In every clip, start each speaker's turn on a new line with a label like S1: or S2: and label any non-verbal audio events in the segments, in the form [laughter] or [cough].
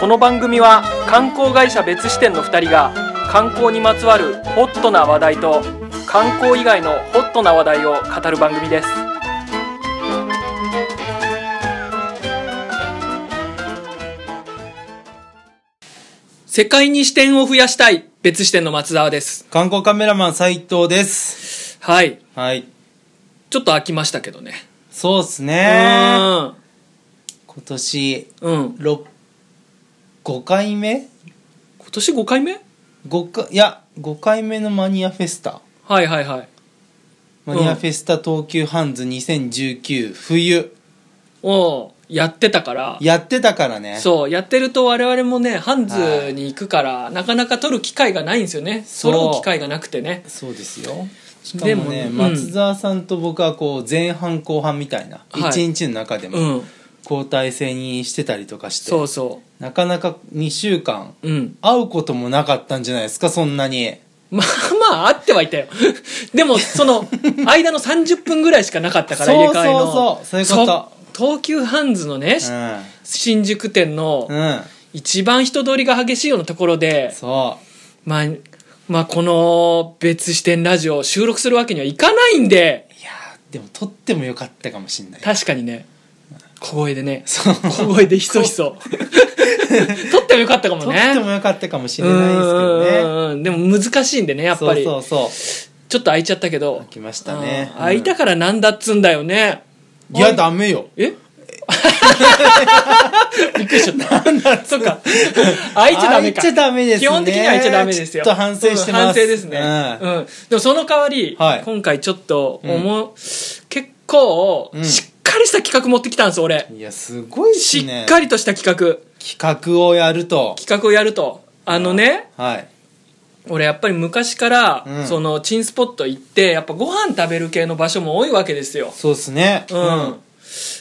S1: この番組は観光会社別支店の2人が観光にまつわるホットな話題と観光以外のホットな話題を語る番組です世界に視点を増やしたい別支店の松澤です
S2: 観光カメラマン斉藤です。
S1: はい
S2: はい。
S1: ちょっと飽きましたけどね
S2: そうっす
S1: う
S2: ね。
S1: ん
S2: 今年、
S1: うん
S2: 六5回目
S1: 今年5回目
S2: 五回、いや、5回目のマニアフェスタ。
S1: はいはいはい
S2: マニアフェスタ東急ハンズ2019冬。
S1: をやってたから
S2: やってたからね。
S1: そうやってると我々もねハン
S2: は
S1: ズ
S2: い
S1: に行くから、なかなか撮る機会がないんですよね
S2: そ
S1: 撮る
S2: う
S1: 機会がなくてね
S2: そうですよ。しか
S1: でも
S2: もね、
S1: うん
S2: 松沢さんと僕はこう、前半後半みたいな、
S1: はい
S2: 1日の中で
S1: う
S2: も
S1: ん
S2: 交代制にしてたりとかして、
S1: そうそ
S2: なかなか2週間、
S1: ううん [laughs]
S2: 会うこともなかったんじゃないですか、そんなに。
S1: まあまああってはいたよ [laughs] でもその間の30分ぐらいしかなかったから入れ替えの
S2: そうそうそうそういうこと
S1: 東急ハンズのね、
S2: うん。
S1: 新宿店の
S2: うん、
S1: 一番人通りが激しいようなところで、
S2: そ
S1: まあまあこの別視点ラジオ収録するわけにはいかないんで
S2: ういやーでも撮ってもよかったかもしんない
S1: 確かにね小声でね
S2: そう
S1: 小声でひそひそ [laughs] 撮ってもよかったかも
S2: 撮っ
S1: ね
S2: てもよかったかもしれないですけどね
S1: うんうんうんでも難しいんでねやっぱり
S2: そうそうそ
S1: ちょっと開いちゃったけど
S2: 開きましたね
S1: うん開いたからなんだっつうんだよね
S2: ういやダメよ
S1: えびっくりしちゃったそっか開いちゃダメか
S2: 開いちゃダメですね
S1: 基本的には開いちゃダメですよ
S2: ちょっと反省してます
S1: うん反省ですね、う
S2: うん
S1: でもその代わり、
S2: はい
S1: 今回ちょっと思う、結構
S2: うん
S1: しっかりした企画持ってきたんです俺
S2: いやすごい
S1: し
S2: しね
S1: っかりとした企画
S2: 企画をやると
S1: 企画をやるとあのね
S2: はい
S1: 俺やっぱり昔から、
S2: うん
S1: そのチンスポット行ってやっぱご飯食べる系の場所も多いわけですよ、
S2: そうっすね
S1: うん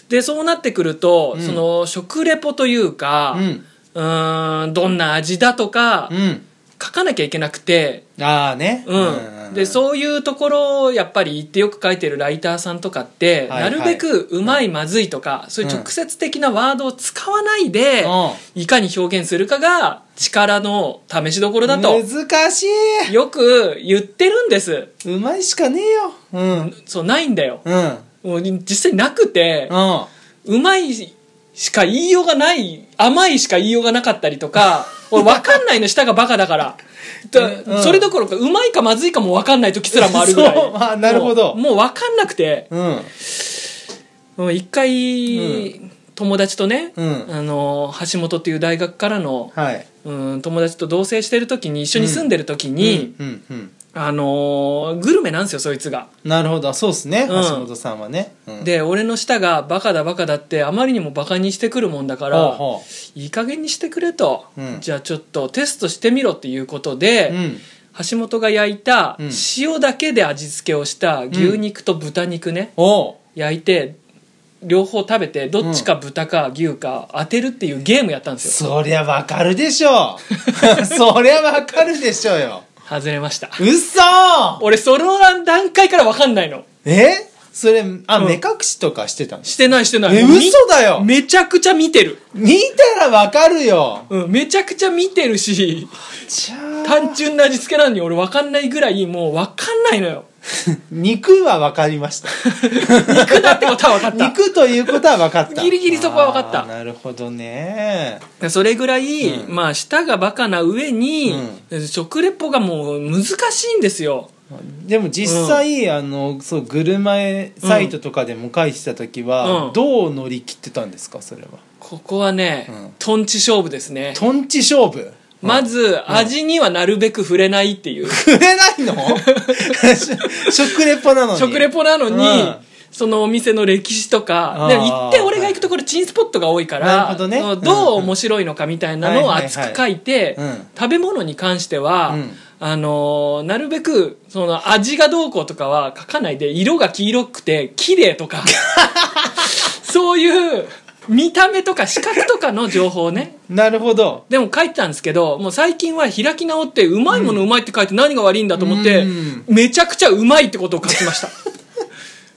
S1: でそうなってくると、
S2: うん
S1: その食レポというか
S2: う、ん
S1: うーんどんな味だとか、
S2: うん
S1: 書かなきゃいけなくて、
S2: ああね
S1: うんで
S2: う
S1: そういうところをやっぱり行ってよく書いてるライターさんとかって、
S2: はいはい
S1: なるべくうまいまずいとか、そういう直接的なワードを使わないで、
S2: う
S1: いかに表現するかが力の試しどころだと
S2: ん難しい
S1: よく言ってるんです
S2: うまいしかねえようん
S1: そうないんだよ
S2: うんうん
S1: もう実際なくて
S2: あ
S1: うまいしか言いようがない甘いしか言いようがなかったりと
S2: [laughs]
S1: か俺分かんないの舌がバカだからだ
S2: うん
S1: それどころかうまいかまずいかも分かんない時すらもあるぐらい
S2: [laughs] そうあなるほ
S1: も
S2: ど
S1: うもう分かんなくて
S2: うん
S1: もう一回、
S2: う
S1: 友達とね、
S2: うん
S1: あの橋本っていう大学からの、
S2: はい
S1: うん、友達と同棲してる時に一緒に住んでる時に、
S2: うんうんうん
S1: あのーグルメなんですよそいつが、
S2: なるほどそうっすね、
S1: ん
S2: 橋本さんはね、うん
S1: で俺の舌がバカだバカだってあまりにもバカにしてくるもんだから、
S2: ほうほ
S1: いい加減にしてくれと、
S2: うん
S1: じゃあちょっとテストしてみろっていうことで、
S2: ううん
S1: 橋本が焼いた
S2: うん
S1: 塩だけで味付けをした牛肉と豚肉ね、
S2: おう
S1: 焼いて両方食べてどっちか豚か牛か当てるっていうゲームやったんですよ、
S2: そりゃわかるでしょ [laughs] うそりゃわかるでしょうよ
S1: 外れました
S2: うっそ
S1: 俺その段階から分かんないの
S2: えそれあ、
S1: うん
S2: 目隠しとかしてたの
S1: してないしてない
S2: え
S1: もうみ
S2: 嘘だよ
S1: めちゃくちゃ見てる、
S2: 見たらわかるよ
S1: うん、めちゃくちゃ見てるし
S2: ちゃー
S1: 単純な味付けなのに俺分かんないぐらいもう分かんないの
S2: [laughs]
S1: よ
S2: 肉は [laughs] わかりました
S1: 肉だってことは分かっ
S2: 肉ということはわかった
S1: ギリギリそこはわかった
S2: あーなるほどね
S1: たそれぐらい、
S2: う
S1: まあ舌がバカな上に、食レポがもう難しいんですよ
S2: でも実際、あのそうグルメサイトとかでも書いてた時は、
S1: うん
S2: どう乗り切ってたんですかそれは
S1: ここはね、
S2: うん
S1: トンチ勝負ですね
S2: トンチ勝負
S1: まず、味にはなるべく触れないっていう
S2: 食えない
S1: [laughs]
S2: のし食レポなのに
S1: 食レポなのに、
S2: うん
S1: そのお店の歴史とか
S2: あー
S1: で行って俺が行くところチンスポットが多いから
S2: なるほどね
S1: そう
S2: うん
S1: どう面白いのかみたいなのを
S2: はいはい
S1: 熱
S2: はい
S1: く書いて、
S2: うん
S1: 食べ物に関しては、
S2: うん
S1: あのーなるべくその味がどうこうとかは書かないで色が黄色くて綺麗
S2: [laughs]
S1: とかそういう見た目とか視覚とかの情報をね
S2: なるほど
S1: でも書いてたんですけどもう最近は開き直ってうまいものうまいって書いて何が悪いんだと思って、
S2: うん
S1: めちゃくちゃうまいってことを書きま
S2: [laughs]
S1: した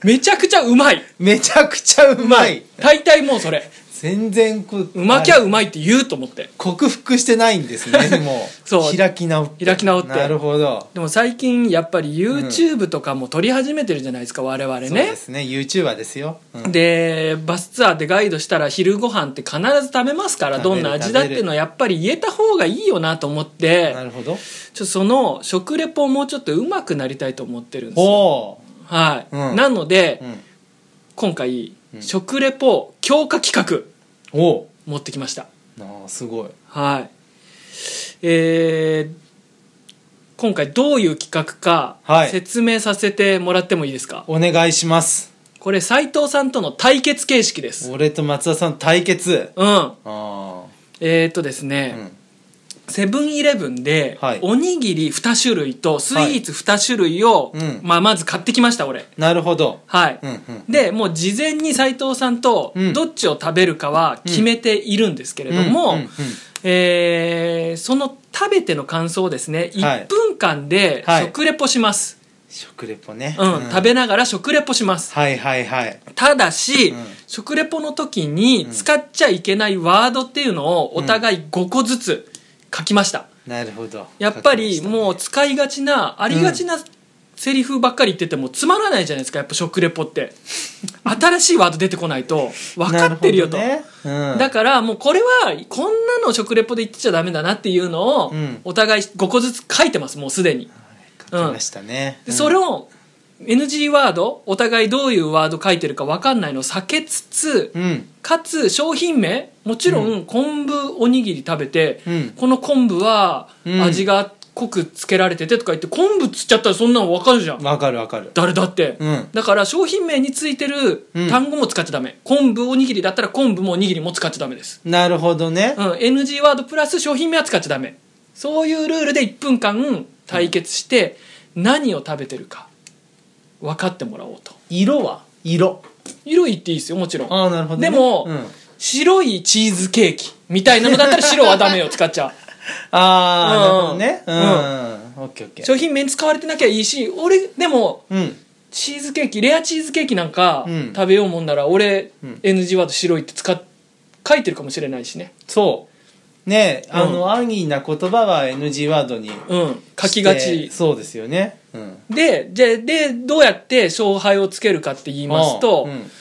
S1: めちゃくちゃうまい
S2: めちゃくちゃうまい
S1: 大体もうそれ
S2: 全然こう
S1: うまきゃ
S2: あれ
S1: うまいって言うと思って
S2: 克服してないんで
S1: [laughs]
S2: すねもう
S1: そう
S2: 開き直って
S1: 開き直って
S2: なるほど
S1: でも最近やっぱり YouTube とかも撮り始めてるじゃないですか我々
S2: そうで
S1: ね
S2: すね YouTuber ですよ、うん
S1: でバスツアーでガイドしたら昼ご飯って必ず食べますから
S2: 食
S1: ど
S2: べ
S1: ん
S2: る
S1: な味だっていうのはやっぱり言えた方がいいよなと思って
S2: なるほど
S1: ちょその食レポをもうちょっと上手くなりたいと思ってるんですよ
S2: お
S1: はい、
S2: うん
S1: なので、
S2: ー、うん、
S1: 今回、
S2: うん
S1: 食レポ強化企
S2: おー
S1: 画持ってきました
S2: なあすごい
S1: はいえー今回どういう企画か
S2: はい
S1: 説明させてもらってもいいですか、
S2: お願いします
S1: これ斉藤さんとの対決形式です
S2: 俺と松田さん対決
S1: うん
S2: あ
S1: えー、っとです
S2: あ、う
S1: ね、
S2: ん、
S1: セブンイレブンで
S2: はい
S1: おにぎり2種類とスイーツ2種類を、
S2: うん
S1: まあ、まず買ってきました俺
S2: なるほど
S1: はい、
S2: うんうん
S1: でもう事前に斉藤さんと
S2: うん
S1: どっちを食べるかは決めているんですけれども、
S2: うんうんうん
S1: えーその食べての感想をですね
S2: はい
S1: 1分間で
S2: はい
S1: 食レポします、
S2: 食レポね、
S1: うん食べながら食レポします
S2: はいはいはい
S1: ただし、
S2: うん
S1: 食レポの時に使っちゃいけないワードっていうのをお互い5個ずつ書きました、
S2: なるほど
S1: やっぱりも
S2: う
S1: う使いがちなありがちなセリフばっかり言っててもつまらないじゃないですかやっぱ食レポって
S2: [laughs]
S1: 新しいワード出てこないと分かってるよと
S2: うん、
S1: だからもうこれはこんなの食レポで言ってちゃダメだなっていうのを
S2: うん
S1: お互い5個ずつ書いてますもうすでに
S2: 書きましたね、
S1: でそれ
S2: を
S1: を NG ワードお互いどういうワード書いてるか分かんないのを避けつつ
S2: うん
S1: かつ商品名もちろん昆布おにぎり食べて、
S2: うん
S1: この昆布は
S2: うん
S1: 味が濃くつけられててとか言って昆布つっちゃったらそんなの分かるじゃん
S2: わかるわかる
S1: 誰だって、
S2: うん
S1: だから商品名についてる
S2: うん
S1: 単語も使っちゃダメ、昆布おにぎりだったら昆布もおにぎりも使っちゃダメです、
S2: なるほどね、
S1: うん、NG ワードプラス商品名は使っちゃダメそういうルールで1分間対決して何を食べてるか分かってもらおうと
S2: 色は色
S1: 色言っていいですよもちろん
S2: ああなるほどね、
S1: でも
S2: うん
S1: 白いチーズケーキみたいなのだったら白はダメよ使っち
S2: [laughs]
S1: ゃ
S2: ああ、
S1: うん
S2: なるほどねうん、オッケーオ
S1: う
S2: ッケー
S1: 商品名に使われてなきゃいいし俺でも
S2: うん
S1: チーズケーキレアチーズケーキなんか
S2: うん
S1: 食べようもんなら俺、
S2: うん
S1: NG ワード白いって使っ書いてるかもしれないしね
S2: そうねえあの、
S1: うん
S2: 安易な言葉は NG ワードに
S1: うん書きが
S2: して
S1: ち
S2: そうですよね、うん、
S1: でじゃでどうやって勝敗をつけるかって言いますと、
S2: うん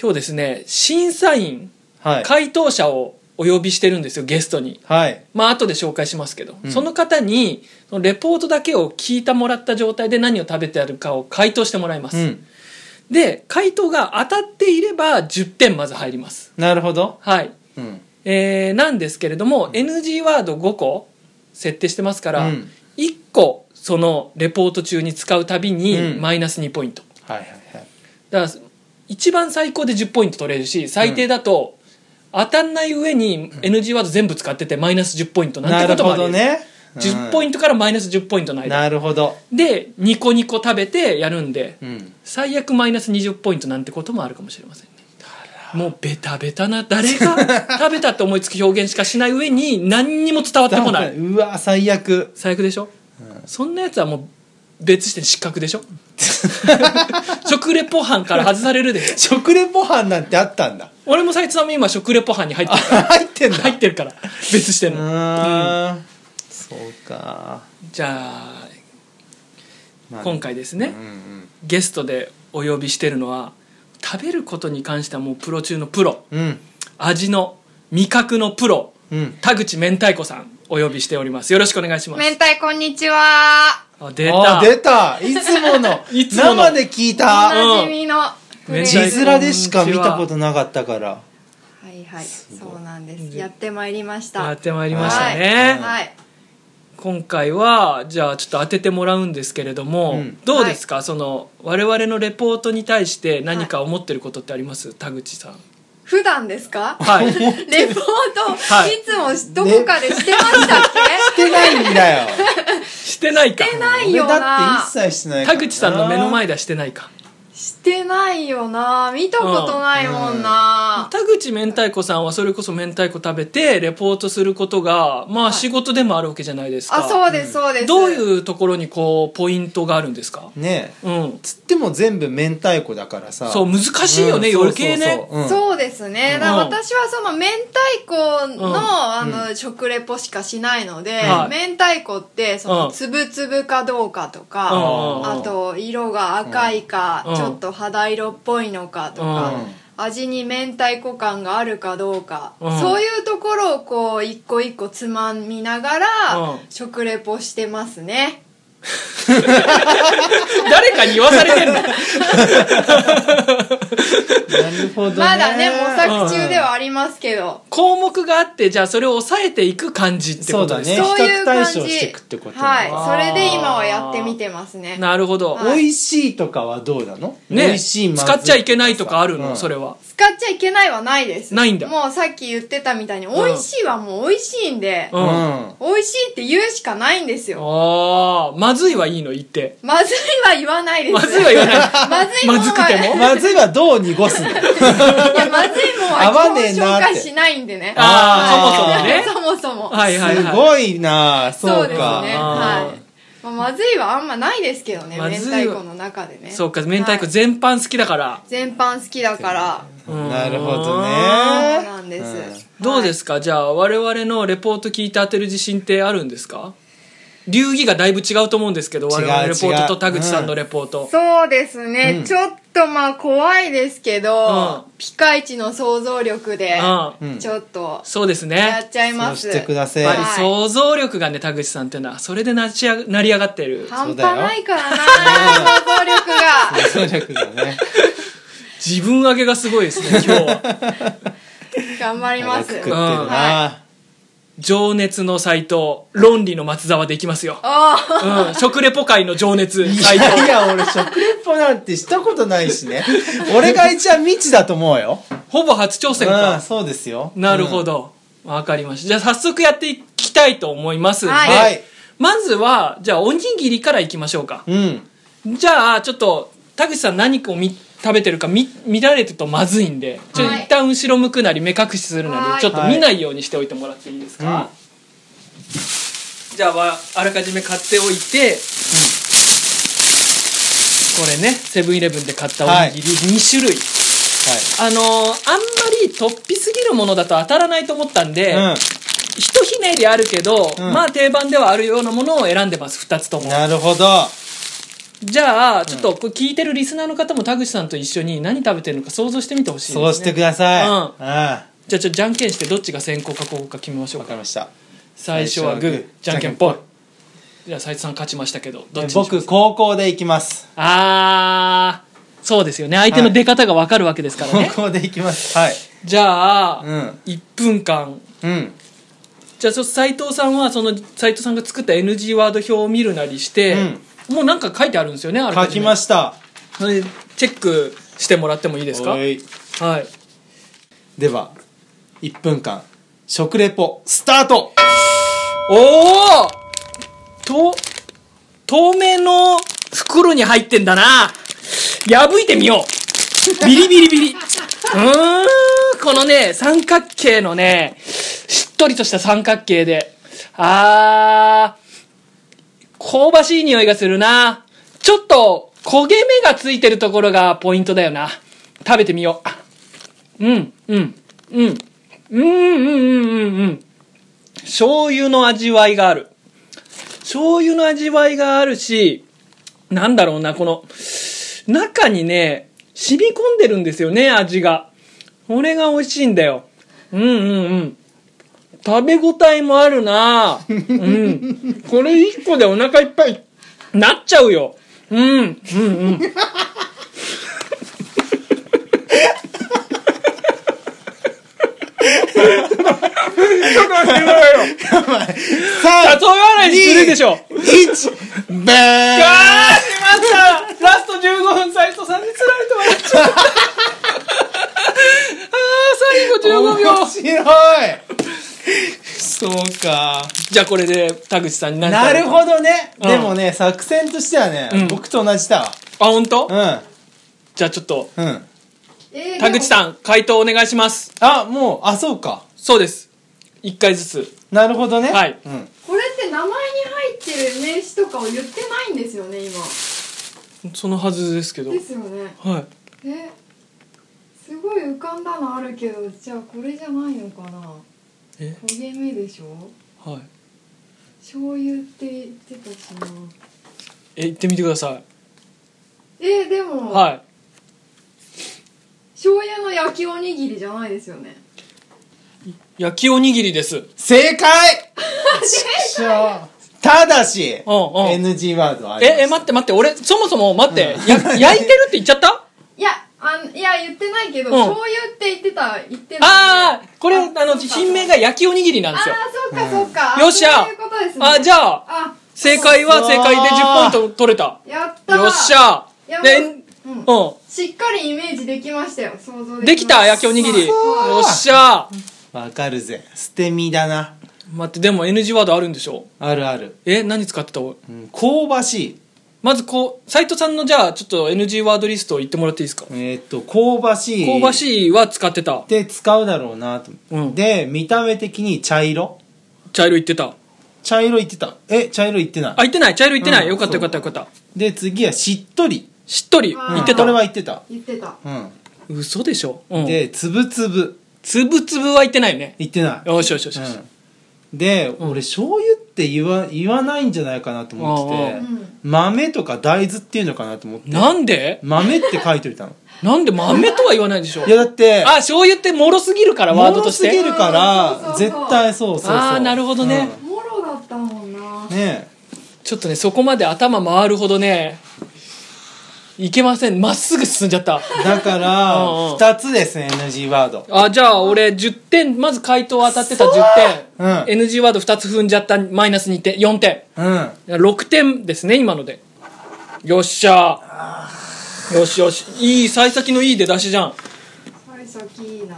S1: 今日ですね審査員
S2: はい
S1: 回答者をお呼びしてるんですよゲストに
S2: はい
S1: まあ後で紹介しますけど、
S2: うん
S1: その方にそのレポートだけを聞いてもらった状態で何を食べてあるかを回答してもらいます、
S2: うん
S1: で回答が当たっていれば10点まず入ります
S2: なるほど、
S1: はい、
S2: うん、
S1: えー、なんですけれども NG ワード5個設定してますから、
S2: うん
S1: 1個そのレポート中に使うたびに
S2: うん
S1: マイナス2ポイント
S2: はいはいはい
S1: だから一番最高で10ポイント取れるし最低だと当たんない上に NG ワード全部使っててマイナス10ポイントなん
S2: な
S1: てこ
S2: る
S1: とも
S2: ほ
S1: ありま
S2: ど
S1: す
S2: ね、うん
S1: 10ポイントからマイナス10ポイントの間
S2: なるほど、
S1: でニコニコ食べてやるんで
S2: うん、
S1: 最悪マイナス20ポイントなんてこともあるかもしれませんねもうベタベタな誰 [laughs] が食べたって思いつく表現しかしない上に何にも伝わってこないう
S2: わ最悪 [laughs]
S1: 最悪でしょ、そんなやつはもう別視点失格でしょ食レポ班から外されるでしょ
S2: 食レポ飯なんてあったんだ [laughs]
S1: 俺も斉藤さんも今食レポ班に入 [laughs] ってるか
S2: 入ってん
S1: ら
S2: だ
S1: 入ってるから別視点の
S2: あーそうか、
S1: じゃあ
S2: まあ
S1: 今回ですね、
S2: うんうん
S1: ゲストでお呼びしてるのは食べることに関してはもうプロ中のプロ
S2: うん
S1: 味の味覚のプロ
S2: うん
S1: 田口明太子さんお呼びしておりますよろしくお願いします
S3: 明太こんにちは
S1: あ出た
S2: あ出たいつもの
S1: [laughs] いつもの
S2: 生で聞い
S3: お
S2: た
S3: なじみのフレー
S1: 明
S3: ズ
S1: 太子
S2: 字面でしか見たことなかったから
S3: はいはいそうなんですやってまいりました
S1: やってまいり
S2: ました
S1: ね
S3: はいはい
S1: 今回はじゃあちょっと当ててもらうんですけれども、
S2: うん
S1: どうですか、その我々のレポートに対して何か思ってることってあります、田口さん
S3: 普段ですか
S1: はい
S3: [laughs] レポート
S1: はい
S3: いつもしどこかでしてましたっけ
S2: してないんだよ
S1: [laughs] してないか
S3: してない
S2: 俺
S3: よ
S2: だって
S3: な
S2: 一切してないか
S1: 田
S2: ら
S1: 口さんの目の前ではしてないか
S3: してないよな見たことないもんな、
S1: 田口明太子さんはそれこそ明太子食べてレポートすることがま
S3: は
S1: あ
S3: い
S1: 仕事でもあるわけじゃないですか、
S3: あそうですそうです、
S1: どういうところにこうポイントがあるんですか
S2: ねえ
S1: うん
S2: つっても全部明太子だからさ
S1: そう難しいよね、
S2: うん
S1: 余計ね
S2: そうそうそう
S3: そうですね、だから
S1: うん
S3: 私はその明太子の,、
S1: うん
S3: あの食レポしかしないので、
S1: は
S3: 明太子ってそうの
S1: ん
S3: つぶつぶかどうかとか、
S1: うん
S3: あと色が赤いか、
S1: うん
S3: ちょっと肌色っぽいのかとか、
S1: うん
S3: 味に明太子感があるかどうか、
S1: うん
S3: そういうところをこう一個一個つまみながら、
S1: うん
S3: 食レポしてますね
S1: 誰かに言わされてん
S3: [laughs]
S1: の
S2: うんなるほどね
S3: まだね模索中ではありますけど、
S1: 項目があってじゃあそれを抑えていく感じってことです
S2: ん
S1: ね
S2: そう
S3: そういう感
S2: 比
S3: じ
S2: 較対象していくってことね
S3: はいそれで今はやってみてますね
S1: なるほど、
S3: はい
S2: 美味しいとかはどうなの美
S1: ね
S2: 味しいまず
S1: 使っちゃいけないとかあるの、
S2: うん
S1: それは
S3: 使っちゃいけないはないです
S1: ないんだ
S3: もうさっき言ってたみたいに
S1: うん
S3: 美味しいはもう美味しいんで、
S1: う
S2: うん
S1: ん
S3: 美味しいって言うしかないんですよ
S1: ああまずいはいいの言って
S3: まずいは言わないです
S1: まずいは
S3: [laughs]
S1: 言わない
S3: まずいもんは
S1: まずくても
S2: まずいはどう
S1: [laughs]
S2: 濁すの
S3: いやまずいもん
S2: 合
S3: は
S2: わ
S3: 基
S2: ねえな
S3: 本紹
S2: って
S3: 介しないんでね
S1: あー
S3: そも [laughs] そも
S1: はいはい
S2: す
S1: は
S2: ごいな
S3: そう
S2: そ
S3: で
S2: う
S3: すね
S2: か
S1: あ
S3: はい、まあ、まずいはあんまないですけどね
S1: ま
S3: 明
S1: ずいは
S3: 太子の中でね
S1: いそうか明太
S3: は
S1: 子
S3: い
S1: 全般好きだから
S3: 全般好きだから
S1: うん
S2: なるほど
S3: そう
S2: ね
S3: なんで
S2: う
S3: す、
S2: ん
S1: どうですすかじゃあ我々のレポート聞いて当てる自信ってあるんですか流儀がだいぶ違うと思うんですけど
S2: 違
S1: 我
S2: う
S1: 々のレポート
S2: 違
S1: と
S2: う
S1: 田口さんのレポート、
S3: そうですね、
S2: うん
S3: ちょっとまあ怖いですけど、
S1: う
S3: ピカイチの想像力で
S1: うん
S2: うん
S3: ちょっと
S1: そうです
S3: やっ
S1: ね
S3: ちゃい
S2: そ
S3: ま
S2: う
S3: す、
S2: してください
S1: やっぱり
S3: はい
S1: 想像力がね田口さんっていうのはそれでなちあ成り上がってる
S3: 半
S2: うだよ
S3: 端ないからな想像力が
S2: 想像力がね
S1: 自分上げがすごいです
S3: [laughs]
S1: ね今日は
S3: 頑張りま
S2: く
S3: す
S2: 食ってる
S1: う
S2: な、
S1: ん
S3: は
S1: 情熱の斎藤論理の松沢でいきますよ、
S3: おー
S1: うん、食レポ界の情熱
S2: い
S1: 斎藤
S2: やいや俺食レポなんてしたことないしね俺が一番未知だと思うよ、
S1: ほぼ初挑戦か、
S2: うん、そうですよ
S1: なるほ、ど。わかりました。じゃあ早速やっていきたいと思いますんで、
S3: はい
S2: はい
S1: まずは、じゃあおにぎりからいきましょうか。
S2: うんうん、
S1: じゃあ、ちょっと、田口さん何をみ食べてるか見見られてるとまずいんで、ちょっと
S3: はい
S1: 一旦後ろ向くなり目隠しするな
S3: は
S1: り、
S3: い
S1: ちょっと見ないようにしておいてもらっていいですか、
S2: はい
S1: じゃあわ、あらかじめ買っておいて、これね、セブンイレブンで買ったおにぎり2種類。あのーあんまり突飛すぎるものだと当たらないと思ったんで、
S2: はい、
S1: ひとひねりあるけど、
S2: うん
S1: まあ定番ではあるようなものを選んでます2つと
S2: うん、
S1: も
S2: なるほど
S1: じゃあちょっとこれ聞いてるリスナーの方も田口さんと一緒に何食べてるのか想像してみてほしいです、ね、
S2: そうしてください、
S1: うん
S2: あ
S1: じゃあちょっとじゃんけんしてどっちが先行か後攻か決めましょう
S2: わか
S1: か
S2: りました
S1: 最初はグ
S2: 最
S1: ー
S2: 初はグー
S1: じゃんけんぽ
S2: じゃ
S1: い
S2: んけん
S1: じゃあ斉藤さん勝ちましたけどどっちにします
S2: 僕高校で行きます
S1: あーそうですよね相手の出方が分かるわけですからね、 [laughs]
S2: 高校で行きますはい
S1: じゃあ、
S2: うん
S1: 1分間
S2: うん
S1: じゃあちょっと斉藤さんはその斉藤さんが作った NG ワード表を見るなりして、もうなんか書いてあるんですよねあら
S2: 書
S1: かじ
S2: き
S1: め
S2: ました
S1: それチェックしてもらってもいいですか
S2: お
S1: はい
S2: いでは1分間食レポスタート
S1: おおと透明の袋に入ってんだな破いてみようビリビリビリうーんこのね三角形のねしっとりとした三角形であー香ばしい匂いがするなちょっと焦げ目がついてるところがポイントだよな食べてみよううんうんうんうんうんうんうんうん醤油の味わいがある。醤油の味わいがあるし、なんだろうな、この、中にね、染み込んでるんですよね、味が。これが美味しいんだよ。うんうんうん。食べ応えもあるなうん。これ一個でお腹いっぱいなっちゃうよ。うん、うん、うん。ちょっと待ってくださいよ。
S2: さあ
S1: [laughs] 誘わないしするでしょ。
S2: 1ブーン
S1: あーしまったラスト15分斎藤さんにつられて笑っちゃったあー最後15秒
S2: 面白いそうか
S1: じゃあこれで田口さんに何
S2: なる
S1: ど
S2: ほどね、
S1: うん
S2: でもね作戦としてはね、
S1: うん
S2: 僕と同じだわ
S1: あ本当、
S2: うん
S1: じゃあちょっと
S2: うん
S3: えー
S1: 田口さん回答お願いします
S2: あもうあそうか
S1: そうです1回ずつ
S2: なるほどね
S1: はい
S2: うん、
S3: これって名前に入ってる名詞とかを言ってないんですよね今
S1: そのはずですけど
S3: ですよね
S1: はい
S3: えすごい浮かんだのあるけどじゃあこれじゃないのかな
S1: え
S3: 焦げ目でしょ
S1: はい
S3: 醤油って言ってたしな
S1: え行ってみてくださ
S3: えー、で
S1: い
S3: も、
S1: はい
S3: 醤油の焼きおにぎりじゃないですよね
S1: 焼きおにぎりです [laughs]
S2: 正解正解ただし、
S1: うんうん
S2: NG ワードあります
S1: ええ待って待って俺そもそも待って、や焼いてるって言っちゃ [laughs] った
S3: いやあんいや言ってないけど、
S1: うん
S3: 醤油って言ってた言ってるんで
S1: ああこれあの
S3: そうか
S1: 品名が焼きおにぎりなん
S3: あ
S1: ですよ
S3: あーそうかそうか、
S1: よっしゃ
S3: そういうことですね
S1: あじゃあ
S3: あ
S1: 正解は正解で
S2: うわ
S1: 10
S2: ー
S1: ポイント取れた
S3: やったー
S1: よっしゃ
S3: いや
S1: で
S3: うん
S1: う
S3: しっかりイメージできましたよ想像
S1: んできた焼きおにぎりよ
S2: そう
S1: っしゃ
S2: わかるぜ捨て身だな
S1: 待ってでも NG ワードあるんでしょ
S2: あるある、
S1: え何使ってた
S2: うん、香ばしい
S1: まずこう斎藤さんのじゃあちょっと NG ワードリスト言ってもらっていいですか
S2: えーっと香ばしい
S1: 香ば
S2: い
S1: しいは使ってた
S2: で使うだろうなと、
S1: うん
S2: で見た目的に茶色
S1: 茶色言ってた
S2: 茶色言ってたえ茶色言ってない
S1: あ言ってない茶色言ってない、
S2: うん
S1: よかったよかったよかった
S2: で次はしっとり
S1: しっとり
S3: うん
S1: 言ってた
S2: これは言ってた
S3: 言ってた
S2: うん
S1: 嘘でしょ、うん、
S2: でつぶつぶ
S1: つぶつぶは言ってないよね
S2: 言ってない
S1: よしよしよし、よし
S2: うん、で、
S1: ん
S2: 俺醤油って言わ言わないんじゃないかなと思ってて、
S1: あ
S3: ーうん
S2: 豆とか大豆っていうのかなと
S3: [laughs]
S2: 思って
S1: なんで
S2: 豆って書いといたの
S1: なんで豆とは言わないでしょ
S2: いやだって
S1: あ醤油ってもろすぎるからワードとして
S2: もろすぎるか
S3: う
S2: ら
S3: んそうそうそう
S2: 絶対そうそうそう
S1: あーなるほどね
S3: もろだったもんな
S2: うんね
S1: ちょっとねそこまで頭回るほどねいけませんまっすぐ進んじゃった
S2: えだ
S1: [laughs]
S2: か
S1: うんうん
S2: ら2つですね NG ワード
S1: あじゃあ俺10点まず回答当たってた10点、
S2: う
S1: NG ワード2つ踏んじゃったマイナス2点4点
S2: うん
S1: 6点ですね今のでよっしゃよしよしいい幸先のいい出だしじゃんよっ
S3: はい先いいな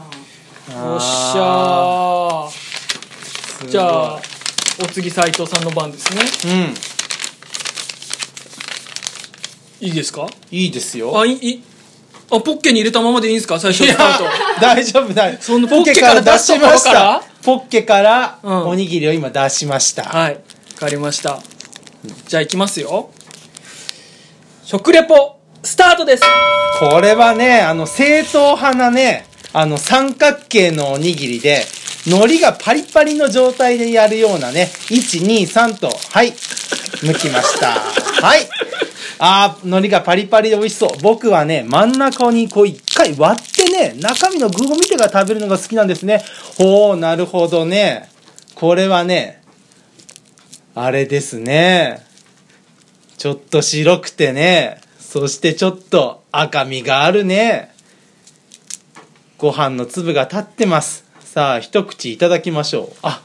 S1: しゃ
S2: すごい
S1: じゃあお次斉藤さんの番ですね
S2: うん
S1: いいですか
S2: いいですよ
S1: あいいあポッケに入れたままでいいんですか最初
S2: い
S1: に
S2: や
S1: 使うと
S2: [laughs] 大丈夫だ
S1: そのポッケから出したところから
S2: ポッケから
S1: うん
S2: おにぎりを今出しました、
S1: はい、わかりました。じゃあ行きますよ。食レポ、スタートです
S2: これはねあの正統派なねあの三角形のおにぎりで海苔がパリパリの状態でやるようなね123とはい剥きましたはいあー海苔がパリパリで美味しそう僕はね真ん中にこう一回割ってね中身の具を見てから食べるのが好きなんですねほうなるほどねこれはねあれですねちょっと白くてね。そしてちょっと赤みがあるね。ご飯の粒が立ってます。さあ、一口いただきましょう。あ、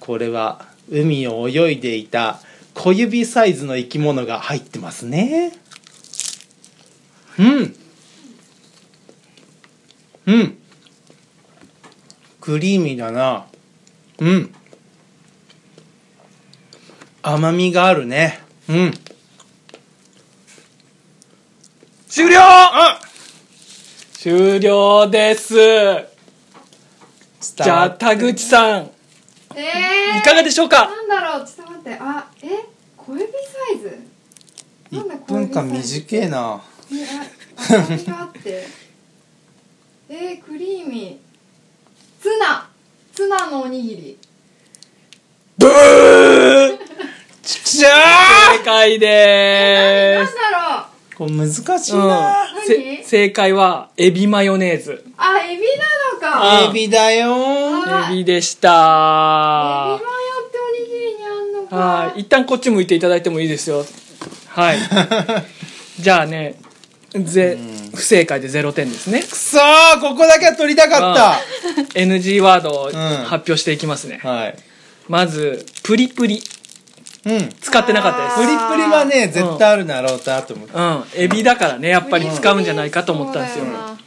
S2: これは海を泳いでいた小指サイズの生き物が入ってますね。うん。うん。クリーミーだな。うん。甘みがあるね。うん。
S1: 終了
S2: あ
S1: 終了ですじ
S2: 伝
S1: ゃ
S2: わ
S1: あ、
S2: っ
S1: 田口さん、
S3: えー、
S1: いかがでしょうか
S3: なんだろうちょっと待ってあえ小指サイズなんだ
S2: 1分間短えな
S3: えあ甘みがあってえー、クリーミーツナツナのおにぎり
S1: ブー
S2: じゃあ
S1: 正解で
S3: な
S1: ー
S3: ん
S1: す
S3: だろ
S2: これ難しいな、
S1: うん、せ正解は、エビマヨネーズ。
S3: うあエビなのか
S1: あ
S2: エビだよ
S3: あ
S1: エビでし
S3: エビマ
S1: た
S3: ヨっておにぎりにあんのか
S1: はい。一旦こっち向いていただいてもいいですよ。はい。じゃあね、ぜ、不正解で0点ですね。
S2: くそーここだけは取りたかっ
S1: NG ワードを
S2: ん
S1: 発表していきますね。
S2: たはい
S1: まず、プリプリ。
S2: うんプリ
S1: 使ってなかった
S2: プ
S1: で
S2: リ
S1: す。
S2: はね絶対あるだろうなと思って
S1: うん。エビだからね、やっぱり使うんじゃないかと思ったんですよ。
S3: そうだな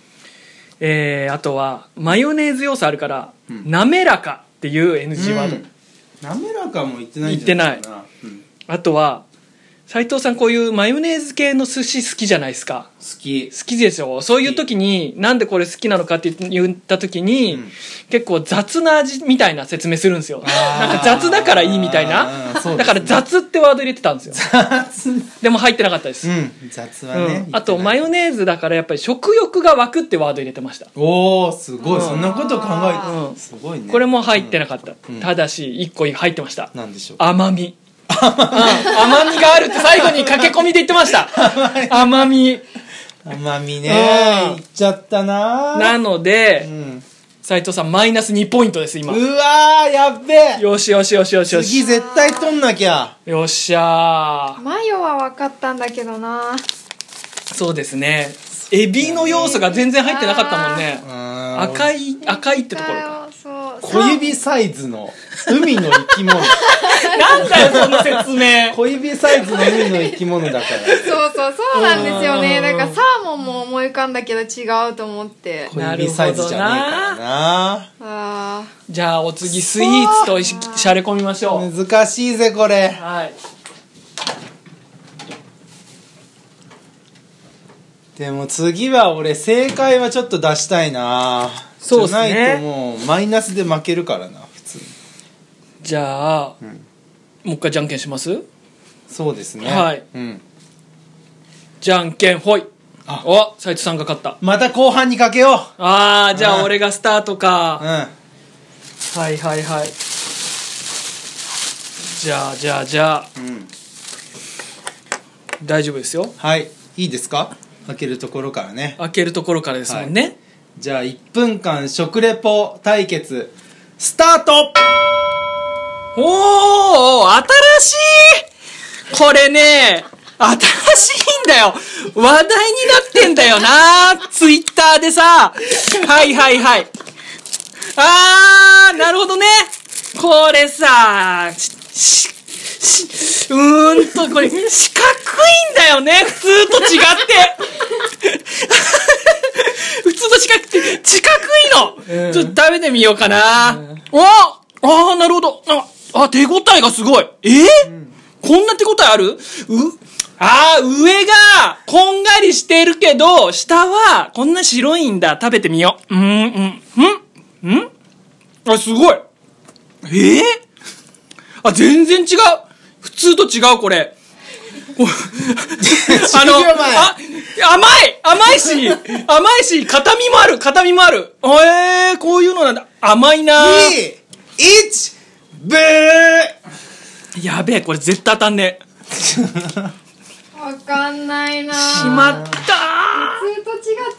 S1: えー、あとは、マヨネーズ要素あるから、滑らかっていう NG ワード。
S2: うん滑らかも言って
S1: ないんじゃないかな
S2: な
S1: あとは、斉藤さんこういうマヨネーズ系の寿司好きじゃないですか
S2: き
S1: 好きでしょそういう時になんでこれ好きなのかって言った時に、
S2: うん
S1: 結構雑な味みたいな説明するんですよ
S2: あー
S1: なんか雑だからいいみたいな、
S2: うんそうですね
S1: だから雑ってワード入れてたんですよでも入ってなかったです、
S2: うん雑は
S1: うん
S2: ね、
S1: あとマ
S2: 迷
S1: ヨネーズだからやっぱり食欲が湧くってワード入れてました、
S2: おおすごい、
S1: うん
S2: そんなこと考え
S1: う
S2: て
S1: ん
S2: すごいね
S1: これも入ってなかった、
S2: うん
S1: ただし1個入ってました
S2: なんでしょう
S1: 甘みうん甘みがあるって最後に駆け込みで言ってました甘み
S2: 甘みね
S1: うん
S2: いっちゃったな
S1: なので
S2: うん
S1: 斉藤さんマイナス2ポイントです今
S2: うわーやっべえ
S1: よしよしよしよしよ
S2: 次
S1: し
S2: 絶対取んなきゃ
S1: よっしゃー
S3: マヨは分かったんだけどな
S1: そうですねエビの要素が全然入ってなかったもんね赤
S2: 赤い
S1: い赤いってところか
S3: そう
S2: 小指サイズの海の生き
S1: [laughs]
S2: 物
S1: なんだよその説明
S2: 小指サイズの海の生き物だか
S3: そうそうそうなんですよ
S1: う
S3: ね
S1: ん
S3: だからサーモンも思い浮かんだけど違うと思って
S2: ら小指サイズじゃねえからな
S3: あ
S1: じゃあお次スイーツとししゃれ込みましょう
S2: 難しいぜこれ
S1: はい
S2: でも次は俺正解はちょっと出したいな
S1: そうっすね
S2: じゃないともうマイナスで負けるからな普通に
S1: じゃあ、
S2: ん
S1: もう一回じゃんけんします
S2: そうですね
S1: はい
S2: うん、
S1: じゃんけんほい
S2: あ
S1: お斉藤さんが勝った
S2: また後半にかけよう
S1: あーじゃ
S2: う
S1: あ
S2: ん
S1: 俺がスタート
S2: う
S1: か、
S2: ん
S1: はいはいはいじゃあじゃあじゃあ
S2: うん
S1: 大丈夫ですよ
S2: はいいいですか開けるところからね
S1: 開けるところからですもんね、
S2: じゃあ1分間食レポ対決スタート
S1: おー新しいこれね新しいんだよ話題になってんだよなツイッターでさはいはいはいあーなるほどねこれさしししうーんとこれ四角いんだよね普通と違って [laughs] 普通と四角って四角いの、ちょっと食べてみようかな、おあーなるほどああ手応えがすごいえーこんな手応えあるうああ、上が、こんがりしてるけど、下は、こんな白いんだ。食べてみよう。うーん、うん、うん、うんあ、すごい。ええあ、全然違う。普通と違う、これ。 [laughs] こあ
S2: 10秒前
S1: あ、甘い甘いし、甘いし、硬みもある、硬みもある。ええこういうのなんだ。甘いな
S2: 21ブー
S1: やべえ、これ絶対当たんねえ。
S3: あ分かんないな
S1: しまったー
S3: 普通と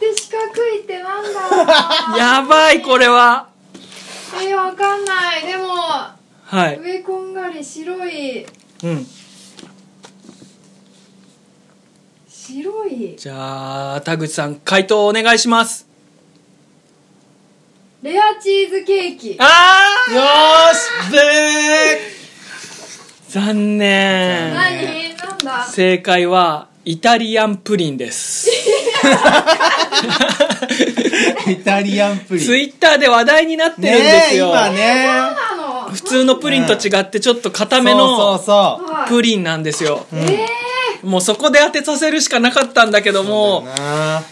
S3: 違って四角いってなん
S1: [laughs]
S3: だ
S1: やばいこれは
S3: え分かんないでも
S1: はい
S3: 上こんがり白い
S1: うん
S3: 白い
S1: じゃあ田口さん回答お願いします
S3: レアチーズケーキ
S1: あ
S2: よーしブー
S1: 残念
S3: 何なんだ
S1: 正解はイタリアンプリン
S2: [laughs]
S1: です
S2: [laughs] イタリアンプリン
S1: ツイッターで話題になってるんで
S2: ね
S1: す
S2: え
S1: よ
S2: 今ね
S3: なの
S1: 普通のプリンと違ってちょっと固め
S2: そう
S1: の
S2: そう
S3: はい
S1: プリンなんですよ
S3: え
S1: もうそこで当てさせるしかなかったんだけど
S2: そう
S1: も
S2: な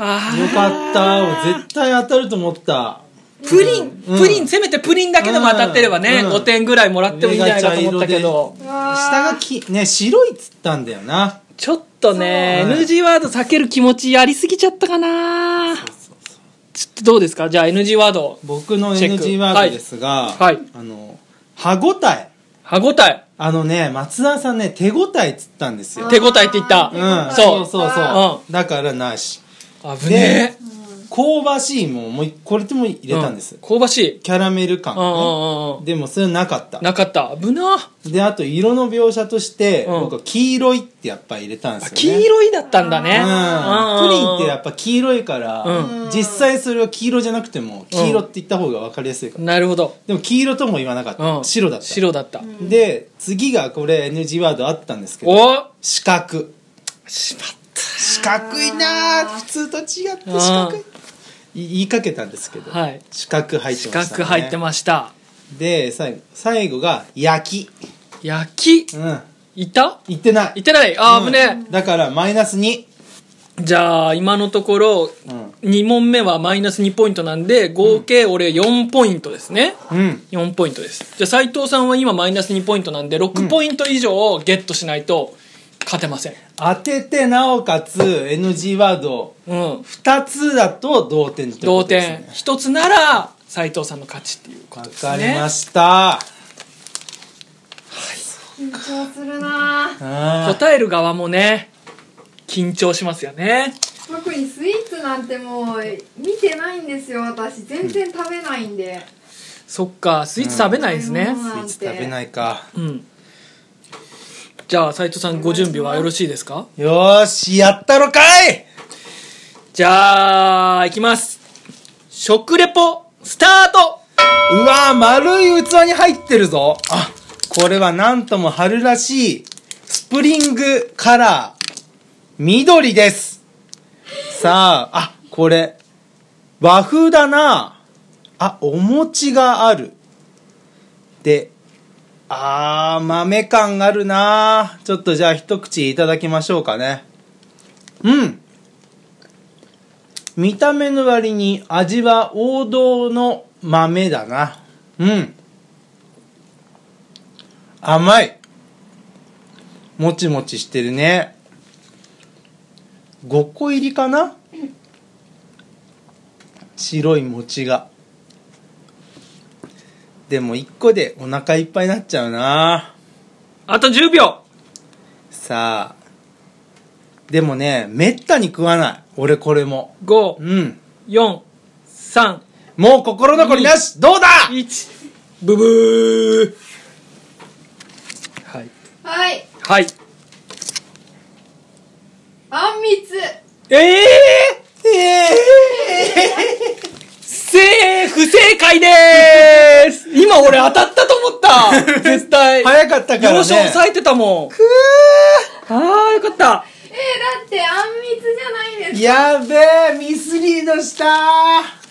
S1: あ
S2: よかった俺絶対当たると思った
S1: ープリン
S2: うん
S1: プリンせめてプリンだけでも当たってればね
S2: うん
S1: 5点ぐらいもらってもいいんじゃないかと思ったけ
S2: 上が茶色
S1: ど
S3: ー、うわー
S2: 下がきね白いっつったんだよな
S1: ちょっとね、
S2: そう
S1: NG ワード避ける気持ちやりすぎちゃったかなちょっとどうですかじゃあ NG ワード。
S2: 僕の
S1: チェック
S2: NG ワードですが、
S1: はいはい
S2: あの歯応え
S1: 歯応え。
S2: あのね松田さんね手応えっつったんですよ
S1: 手応えって言った
S2: うん、
S1: そう
S2: そうそう、だからなし
S1: 危ねえ。
S2: 香ばしいもんもうこれでも入れたんです、
S1: う香ばしい。
S2: キャラメル感、
S1: うんうんうんうん。
S2: でもそれなかった
S1: なかった。危なあ
S2: であと色の描写として、
S1: うん
S2: 僕は黄色いってやっぱ入れたんですよ、ね、
S1: 黄色いだったんだね。
S2: うん、プリンってやっ
S1: ぱ。
S2: ぱ黄色いから、
S1: う
S2: 実際それは黄色じゃなくても黄色って言った方が分かりやすいから、
S1: なるほど。
S2: でも黄色とも言わなかった、
S1: うん。
S2: 白だった
S1: 白だった。
S2: で次がこれ NG ワードあったんですけど
S1: お
S2: 四角
S1: しまっ
S2: 四角いなあ普通と違って四角い
S1: うん
S2: い言いかけたんですけど、
S1: た。はい。
S2: 四角入って
S1: 四
S2: ました、
S1: 角
S2: ね、
S1: 入ってました。
S2: で最後最後が焼き
S1: 焼き。
S2: うん
S1: いた
S2: 行ってない
S1: いってないあー、危ね
S2: だからマイナス2、
S1: えじゃあ今のところ
S2: うん
S1: 2問目はマイナス2ポイントなんで合計俺4ポイントですね、
S2: うん、
S1: 4ポイントですじゃあ斎藤さんは今マイナス2ポイントなんで6ポイント以上をゲットしないと勝てません
S2: 当ててなおかつ NG ワード
S1: うん
S2: 2つだと同点ってこ
S1: 同
S2: とです、ね
S1: 点、一つなら斉藤さんの勝ちっていうことですね
S2: わかりました、
S3: 緊張するなぁ
S2: あー
S1: 答える側もね緊張しますよね
S3: 特にスイーツなんてもう見てないんですよ私全然食べないんで
S1: そっかスイーツ食べないですね
S3: うん
S2: スイーツ食べないか
S1: うん、じゃあ斉藤さんご準備はよろしいですか
S2: よーしやったろかい
S1: じゃあいきます食レポスタート
S2: うわー丸い器に入ってるぞあこれはなんとも春らしいスプリングカラー緑ですさああこれ和風だなあお餅があるであー豆感あるなちょっとじゃあ一口いただきましょうかねうん見た目の割に味は王道の豆だなうん甘いもちもちしてるね5個入りかな白い餅がでも1個でお腹いっぱいになっちゃうな
S1: あと10秒
S2: さあでもねめったに食わない俺これも
S1: 543
S2: うんもう心残りなしどうだ
S1: 一、ブブーはい。
S3: はい
S1: はい。
S3: あんみつ
S1: ええ
S2: ええ
S1: せー不正解でーす今俺当たったと思った絶対。
S2: 早かったからね
S1: 要所押さえてたもん。あーよかった。
S3: えー、だってあんみつじゃないです
S2: やべえミスリードしたー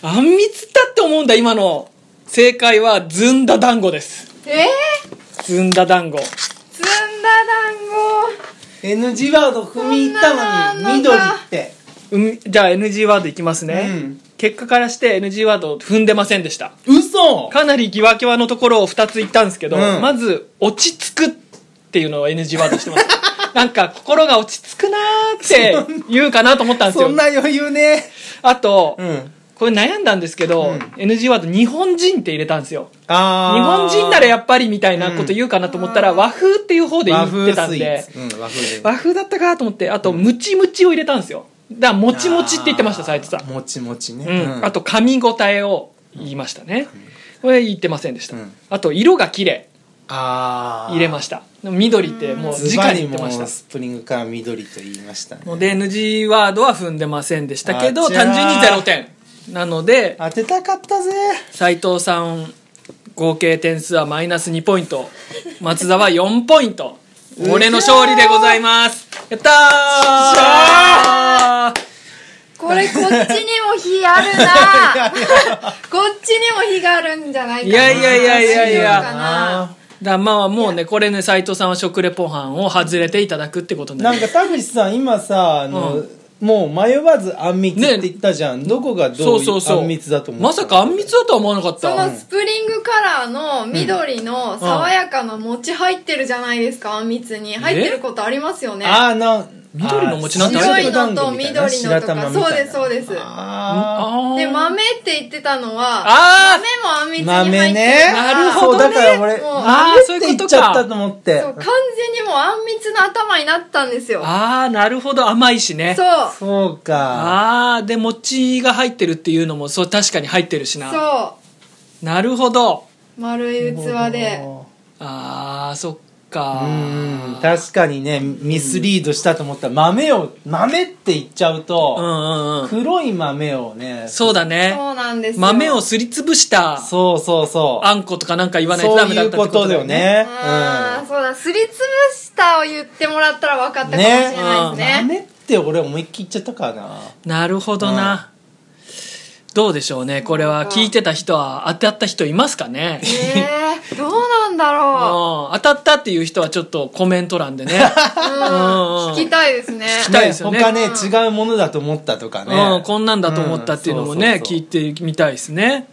S1: あんみつだって思うんだ今の。正解はずんだ団子です。
S3: えー、
S1: ずんだ団子。
S3: ずんだ団
S2: NG ワード踏み入ったのに
S3: そんなの
S2: 緑
S3: あんのか
S2: って
S1: うん、じゃあ NG ワードいきますね、
S2: うん
S1: 結果からして NG ワードを踏んでませんでした。
S2: 嘘
S1: かなり際際のところを2つ言ったんですけど、
S2: うん
S1: まず「落ち着く」っていうのを NG ワードしてます
S2: [laughs]
S1: なんか心が落ち着くなーって言うかなと思ったんです
S2: そ
S1: よ
S2: んな余裕ね
S1: あと、
S2: ん
S1: これ悩んだんですけど、
S2: うん
S1: NG ワード「日本人」って入れたんですよ日
S2: あ
S1: 本
S2: ー
S1: 人ならやっぱりみたいなこと言うかなと思ったら、和風っていう方で言ってたん
S2: 和風
S1: で
S2: スイーツ、うん、和風で
S1: 和風だったかと思ってあと「ムチムチ」を入れたんですよだから「もちもち」って言ってました斉藤さん
S2: もちもちね、
S1: うん、あと噛み応えを言いましたね、これ言ってませんでした、
S2: うん
S1: あと色が綺麗
S2: あー
S1: 入れましたでも緑ってもう
S2: ズ
S1: 直
S2: バ
S1: に言
S2: リ
S1: って
S2: も
S1: ました
S2: うスプリングから緑と言いましたね
S1: もうで NG ワードは踏んでませんでしたけど
S2: あちゃー
S1: 単純に0点なので
S2: 当てたかったぜ
S1: 斉藤さん合計点数はマイナス2ポイント松田は4ポイント俺の勝利でございますやったー
S3: 子これこっちにも火あ
S1: [laughs]
S3: るなこっちにも火があるんじゃないかない
S1: やいやいやいやいや
S3: どうかな
S1: だまあもうねこれね斉藤さんは食レポ班を外れていただくってことにな
S2: なん
S1: り
S2: か田口さん今さあの、
S1: う
S2: もう迷わずあんみつっ
S1: ね
S2: て言ったじゃん、どこが
S1: そ
S2: ど
S1: う
S2: う
S1: そうそう
S2: あんみつだと思った
S1: まさかあんみつだとは思わなかっ
S3: そ
S1: た
S3: のスプリングカラーの緑の爽やかな餅入ってるじゃないですか、あんみつに入ってることありますよね
S2: ああな
S1: 緑の餅なんてあ
S3: 白
S1: る
S3: い
S1: よ
S3: のと緑のとかそうですそうです
S2: あ
S1: あー
S3: で豆って言ってたのは
S1: あ
S3: 豆
S1: ー
S3: もあんみつ
S2: ー
S3: に入ってる
S2: 豆ね
S1: なるほどね
S2: そうだから俺
S3: もう
S1: あー
S2: 豆っ
S1: そう
S2: て
S1: いうことか
S2: 言っちゃったと思って
S3: そう完全にもうあんみつの頭になったんですよ
S1: ああなるほど甘いしね
S3: そう
S2: そうか
S1: ああで餅が入ってるっていうのもそう確かに入ってるしな
S3: そ
S1: なるほど
S3: う丸い器で
S1: あーそっか
S2: うん確かにねミスリードしたと思った豆を豆って言っちゃう
S1: うん
S2: と、
S1: うんうん
S2: 黒い豆をね
S1: そうだね
S3: そうなんですよ
S1: 豆をすりつぶした
S2: そうそうそう
S1: あんことかなんか言わないと
S2: そ
S1: ダ
S2: う
S1: メだ
S2: い
S1: っ
S2: う
S1: たって
S2: こ
S1: ことだ
S2: とだ
S1: よ
S2: よ
S1: ね
S2: ね
S3: あーそうだすりつぶしたを言ってもらったら分かったかもしれないですね
S2: 豆って俺思いっきり言っちゃったからな
S1: なるほどな、どうでしょうねこれは聞いてた人は当たった人いますかね
S3: えー、どうなんなんだろ
S1: あー当たったっていう人はちょっとコメント欄で [laughs] ね、
S3: う、うん、
S1: うん
S3: 聞きたいですね
S1: きたいですよね
S2: 他ね違うものだと思ったとかね、
S1: うん、こんなんだと思ったっていうのもね、聞いてみたいですね。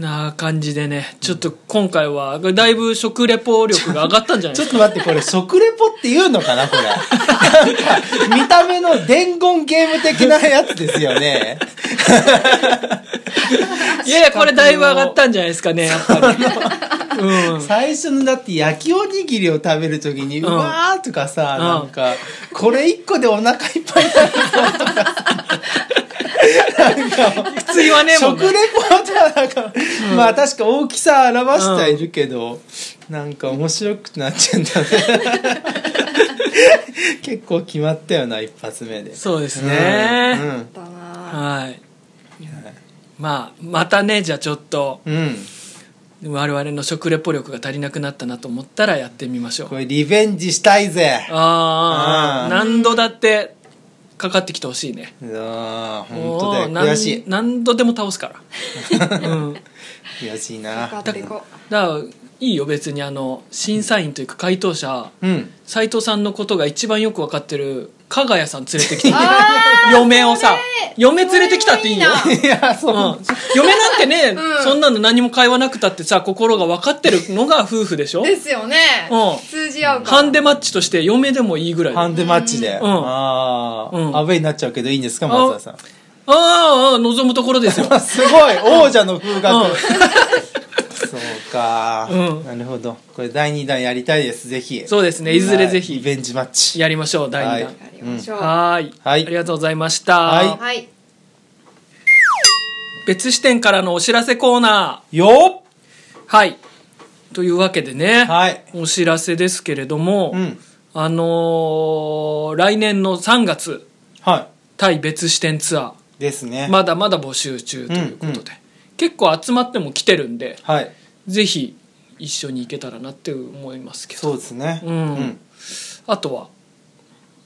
S1: な感じでねちょっと今回はだいぶ食レポ力が上がったんじゃない
S2: ち
S1: で
S2: ょっ
S1: す
S2: と待ってこれ食レポっていうのかなこれなんか見た目の伝言ゲーム的なやつですよね
S1: かいやいやこれだいぶ上がったんじゃないです [laughs] かねやっぱり、うん、
S2: 最初のだって焼きおにぎりを食べる時に、
S1: ん
S2: うわーとかさ、
S1: うん
S2: なんかこれ一個でお腹いっぱいに
S1: 普通言わねえもん
S2: 食レ
S1: ね
S2: ポはなんか、まあ確か大きさ表してはいるけど、なんか面白くなっちゃうんだね [laughs] 結構決まったよな一発目で
S1: そうですね、
S3: だな
S1: はいまあまたねじゃあちょっと
S2: うん、うんうん、
S1: 我々の食レポ力が足りなくなったなと思ったらやってみましょう
S2: これリベンジしたいぜ
S1: ああ
S2: うん
S1: 何度だってかかってきてほしいね
S2: うわー本当だよ
S1: もう
S2: 悔しい
S1: 何何度でも倒すからうんだか
S2: 悔しい
S3: 使
S2: な
S3: っていこ
S1: らいいよ別にあの審査員というか回答者
S2: うん [laughs]
S1: 斎藤さんのことが一番よく分かってる加賀谷さん連れてきて
S3: あ
S1: 嫁をさ嫁連
S3: それ
S1: れてきたっていいよ、
S3: それ
S2: いやそううん
S1: [laughs] 嫁なんてね、
S3: うん
S1: そんなの何も会話なくたってさ心が分かってるのが夫婦でしょ
S3: うですよね
S1: うん
S3: 通じ合うか
S1: ハ
S3: ら
S1: ンデマッチとして嫁でもいいぐらいだ
S2: ハ
S1: よ
S2: ンデマッチで、
S1: ん
S2: ああ、
S1: うん
S2: アウェイになっちゃうけどいいんですか松田さん
S1: あーあー望むところ
S2: [laughs]
S1: ですよ
S2: あすごい王者の風
S1: うん
S2: 格、そうか、
S1: うん
S2: なるほどこれ第2弾やりたいですぜひ
S1: そうですねいずれぜひ
S2: はいリベンジマッチ
S1: やりましょう第2弾
S2: は
S3: やりましょうは
S1: はーい
S2: はい
S1: ありがとうございました、
S2: はい
S3: い
S1: 別視点からのお知らせコーナ
S2: よ
S1: ーはいというわけでね、
S2: っはい
S1: お知らせですけれども、
S2: うん
S1: あのー来年の3月
S2: は
S1: 対別視点ツア
S2: いですね、
S1: ーまだまだ募集中ということで、
S2: うんうん
S1: 結構集まっても来てるんで
S2: はい
S1: ぜひ一緒に行けたらなって思いますけど
S2: そうですね
S1: うんあとは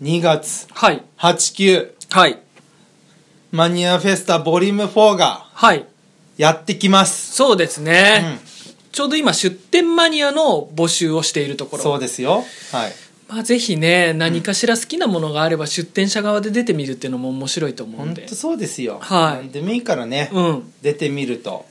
S2: 2月
S1: はい
S2: 89
S1: はい
S2: マニアフェスタボリューム4が
S1: はい
S2: やってきます、
S1: そうです
S2: う
S1: ね、
S2: ん、
S1: ちょうど今出店マニアの募集をしているところ
S2: そうですよはい
S1: まあ、ぜひね何かしら好きなものがあれば出店者側で出てみるっていうのも面白いと思う
S2: 本
S1: んで
S2: 当そうですよ、
S1: はい
S2: なんでもいいからね、
S1: うん
S2: 出てみると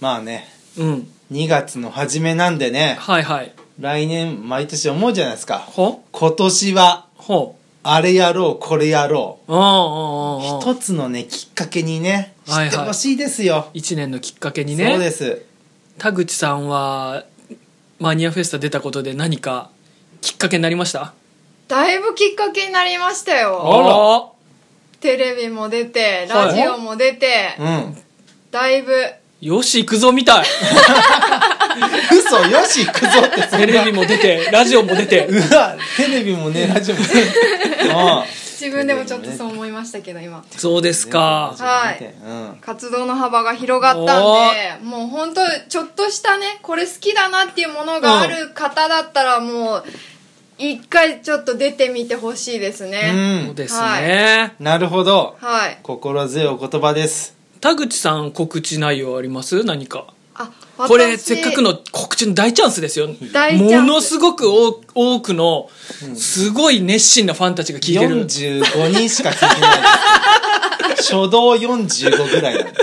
S2: まあね
S1: うん
S2: 2月の初めなんでね
S1: はいはい
S2: 来年毎年思うじゃないですか
S1: ほ
S2: 今年は
S1: ほ
S2: あれやろうこれやろ
S1: うんうん
S2: う
S1: うんうん
S2: 一つのねきっかけにね知
S1: はいはい
S2: ってほしいですよ、
S1: 一年のきっかけに
S2: そうで
S1: ね
S2: す
S1: 田口さんはマニアフェスタ出たことで何かきっかけになりました
S3: だいぶきっかけになりました
S2: あ
S3: よ
S2: ら
S3: テレビも出て
S1: はい
S3: ラジオも出て
S2: うん
S3: だいぶ
S1: よし行くぞみ
S2: [laughs]
S1: たい
S2: 嘘よし行くぞってそん
S1: テ
S2: な
S1: レビも出てラジオも出て
S2: [laughs] うわテレビもね
S1: [laughs]
S2: ラジオもねうん
S3: 自分でもちょっとそう思いましたけど今
S1: そうですか
S3: はい
S2: うん
S3: 活動の幅が広がったんでもう本当ちょっとしたねこれ好きだなっていうものがある方だったらもう一回ちょっと出てみてほしいですね、
S1: そううんですね
S2: なるほど
S3: はい
S2: 心強いお言葉です
S1: 田口さん告知内容あります何か
S3: あ
S1: これせっかくの告知の大チャンスですよ
S3: 大チャンス
S1: ものすごく多多くのすごい熱心なファンたちが聞いてる、
S2: 45人しか聞いてない
S1: [laughs]
S2: です初動45ぐらいなんで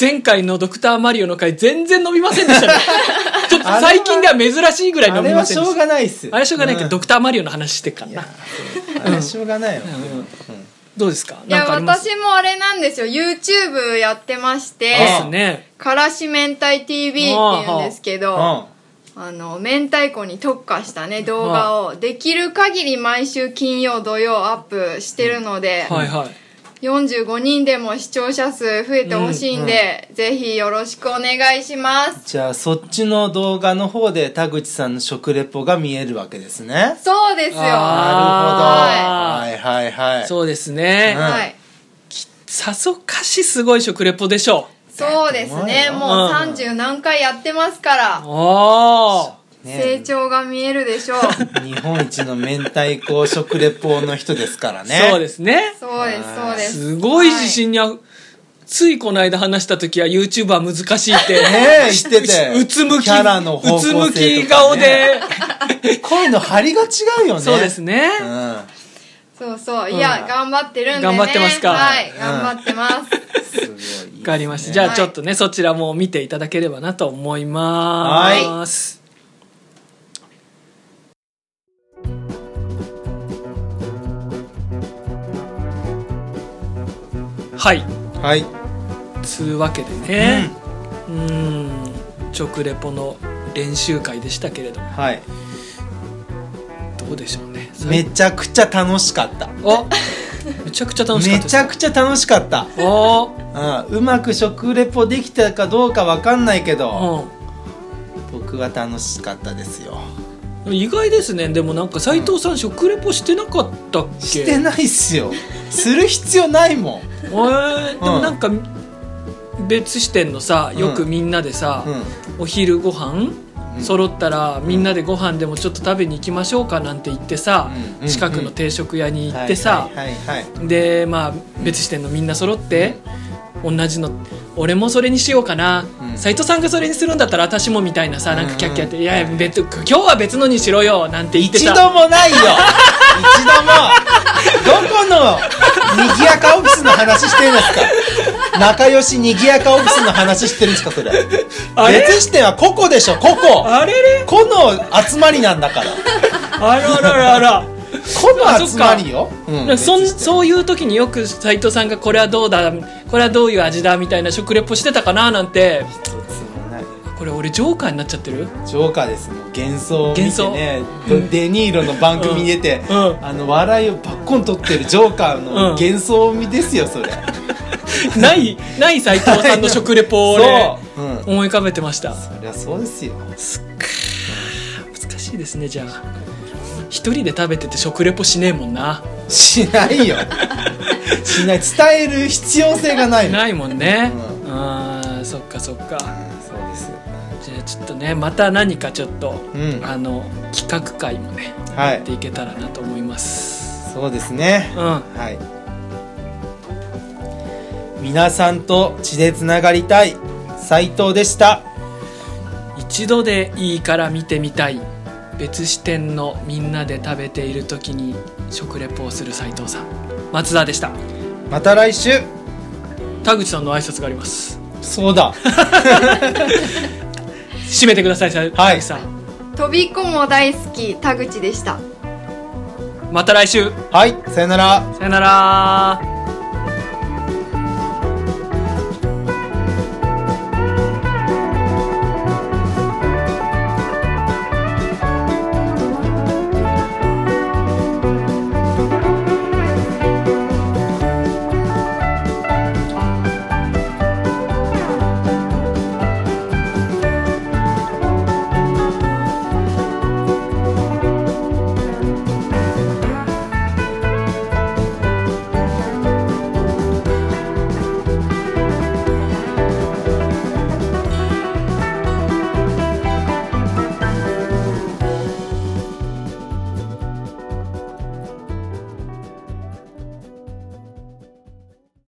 S1: 前回の「ドクターマリオ」の回全然伸びませんでした
S2: [laughs]
S1: ねちょっと最近では珍しいぐらい
S2: あ
S1: 伸び
S2: れ
S1: ま
S2: は
S1: せ
S2: し
S1: んで
S2: ょ
S1: し
S2: う
S1: た
S2: がないっす
S1: あれはしょうがないけど、
S2: ん
S1: ドクターマリオの話してっから
S2: いや
S1: な、
S2: あれはしょうがないよ、
S1: うんどうですか
S3: い
S1: なん
S3: や
S1: かあります
S3: 私もあれなんですよ YouTube やってまして
S1: です
S2: あ
S1: ね
S3: からし明太 TV っていうんですけどあ
S2: う
S3: の明太子に特化したね動画をできる限り毎週金曜土曜アップしてるので、
S1: はいはい
S3: 45人でも視聴者数増えてほしいんで、ぜひよろしくお願いします
S2: んじゃあそっちの動画の方で田口さんの食レポが見えるわけですね
S3: そうですよ
S2: なるほど
S1: あー
S2: はいはいはい
S1: そうですね、
S2: うん
S3: はい
S1: さぞかしすごい食レポでしょ
S3: そうですね
S2: うん
S3: もう30何回やってますから
S1: うあ
S3: 成
S2: ね
S3: 長が見える
S1: [laughs]
S3: でしょう
S2: 日本一の明太子食レポの人ですから
S1: あ、
S2: ね
S1: そうですね
S3: そうですそうです
S1: すごい自信にあふ、ついこの間話した時は YouTuber は難しいって。
S2: ねえ、言ってて。
S1: [laughs] うつむき、
S2: キャラの方向性とか、ね。
S1: うつむき顔で。
S2: 声の張りが違うよね。
S1: そうですね。
S2: うん。
S3: そうそう
S1: うん
S3: いや、頑張ってるんでね
S1: 頑張ってますか
S3: はい
S1: うん
S3: 頑張ってます、
S2: すごいいいですね。
S1: わかりました。じゃ
S3: は
S1: あ
S3: い
S1: ちょっとね、そちらも見ていただければなと思います。はい。
S2: はい。
S1: つうわけでね、うん、直レポの練習会でしたけれども、
S2: はい。
S1: どうでしょうね。
S2: めちゃくちゃ楽しかった。
S1: おめちゃくちゃ楽しか
S2: め
S1: ったで
S2: ち
S1: す。
S2: ゃくちゃ楽しかった。
S1: お
S2: うん。うまく食レポできたかどうかわかんないけど、
S1: ーうん
S2: 僕は楽しかったですよ。
S1: 意外ですねでもなんか斉藤さん、食レポしてなかったっけ
S2: してないっすよ。する必要ないもん。
S1: えーでもなんか、別視点のさよくみんなでさ、
S2: うん。
S1: お昼ご飯
S2: うん
S1: 揃ったら、みんなでご飯でもちょっと食べに行きましょうかなんて言ってさ、
S2: うん
S1: 近くの定食屋に行ってさ、
S2: はいはいはいはい
S1: でまあ別視点のみんな揃って、同じの俺もそれにしようかな
S2: うん
S1: 斎、藤さんがそれにするんだったら私もみたいなさなんかキャッキャやって「
S2: うん
S1: いや別今日は別のにしろよ」なんて言って
S2: 一
S1: さ
S2: 度もないよ一度もどこのにぎやかオフィスの話してるんですか仲良しにぎやかオフィスの話してるんですかそれ
S1: あれ
S2: 別視点は個々でしょ個々
S1: あれれ
S2: 個の集まりなんだから
S1: あらららら
S2: 個の集まりよ
S1: なんかそん
S2: 別視点
S1: そういう時によく斉藤さんがこれはどうだこれはどういう味だみたいな食レポしてたかななんて
S2: つもない
S1: これ俺ジョーカーになっちゃ
S2: [laughs]
S1: ってる
S2: ジョーカーですもう幻想を見て
S1: 幻想
S2: ねデニーロの番組に出て、
S1: うんうん
S2: あの笑いをバッコン取ってるジョーカーの
S1: うん
S2: 幻想味ですよそれ、
S1: ないない斉藤さんの食レポを俺
S2: そう、うん、
S1: 思い浮かべてました
S2: そりゃそうですよ
S1: 難しいですねじゃあ一人で食べてて食レポしねえもんな
S2: しないよしない伝える必要性がない
S1: ないもんね
S2: う
S1: あーそっかそっか
S2: うんそうです
S1: じゃあちょっとねまた何かちょっと、
S2: うん
S1: あの企画会もね
S2: は
S1: や
S2: い
S1: っていけたらなと思います
S2: そうですね
S1: うん
S2: はい皆さんと血でつながりたい斉藤でした
S1: 一度でいいから見てみたい別視点のみんなで食べている時に食レポをする斉藤さん松田でした
S2: また来週
S1: 田口さんの挨拶があります
S2: そうだ
S1: 締めてくださいさ田口さん、
S3: 飛び込も大好き田口でした
S1: また来週
S2: はいさよなら
S1: さよなら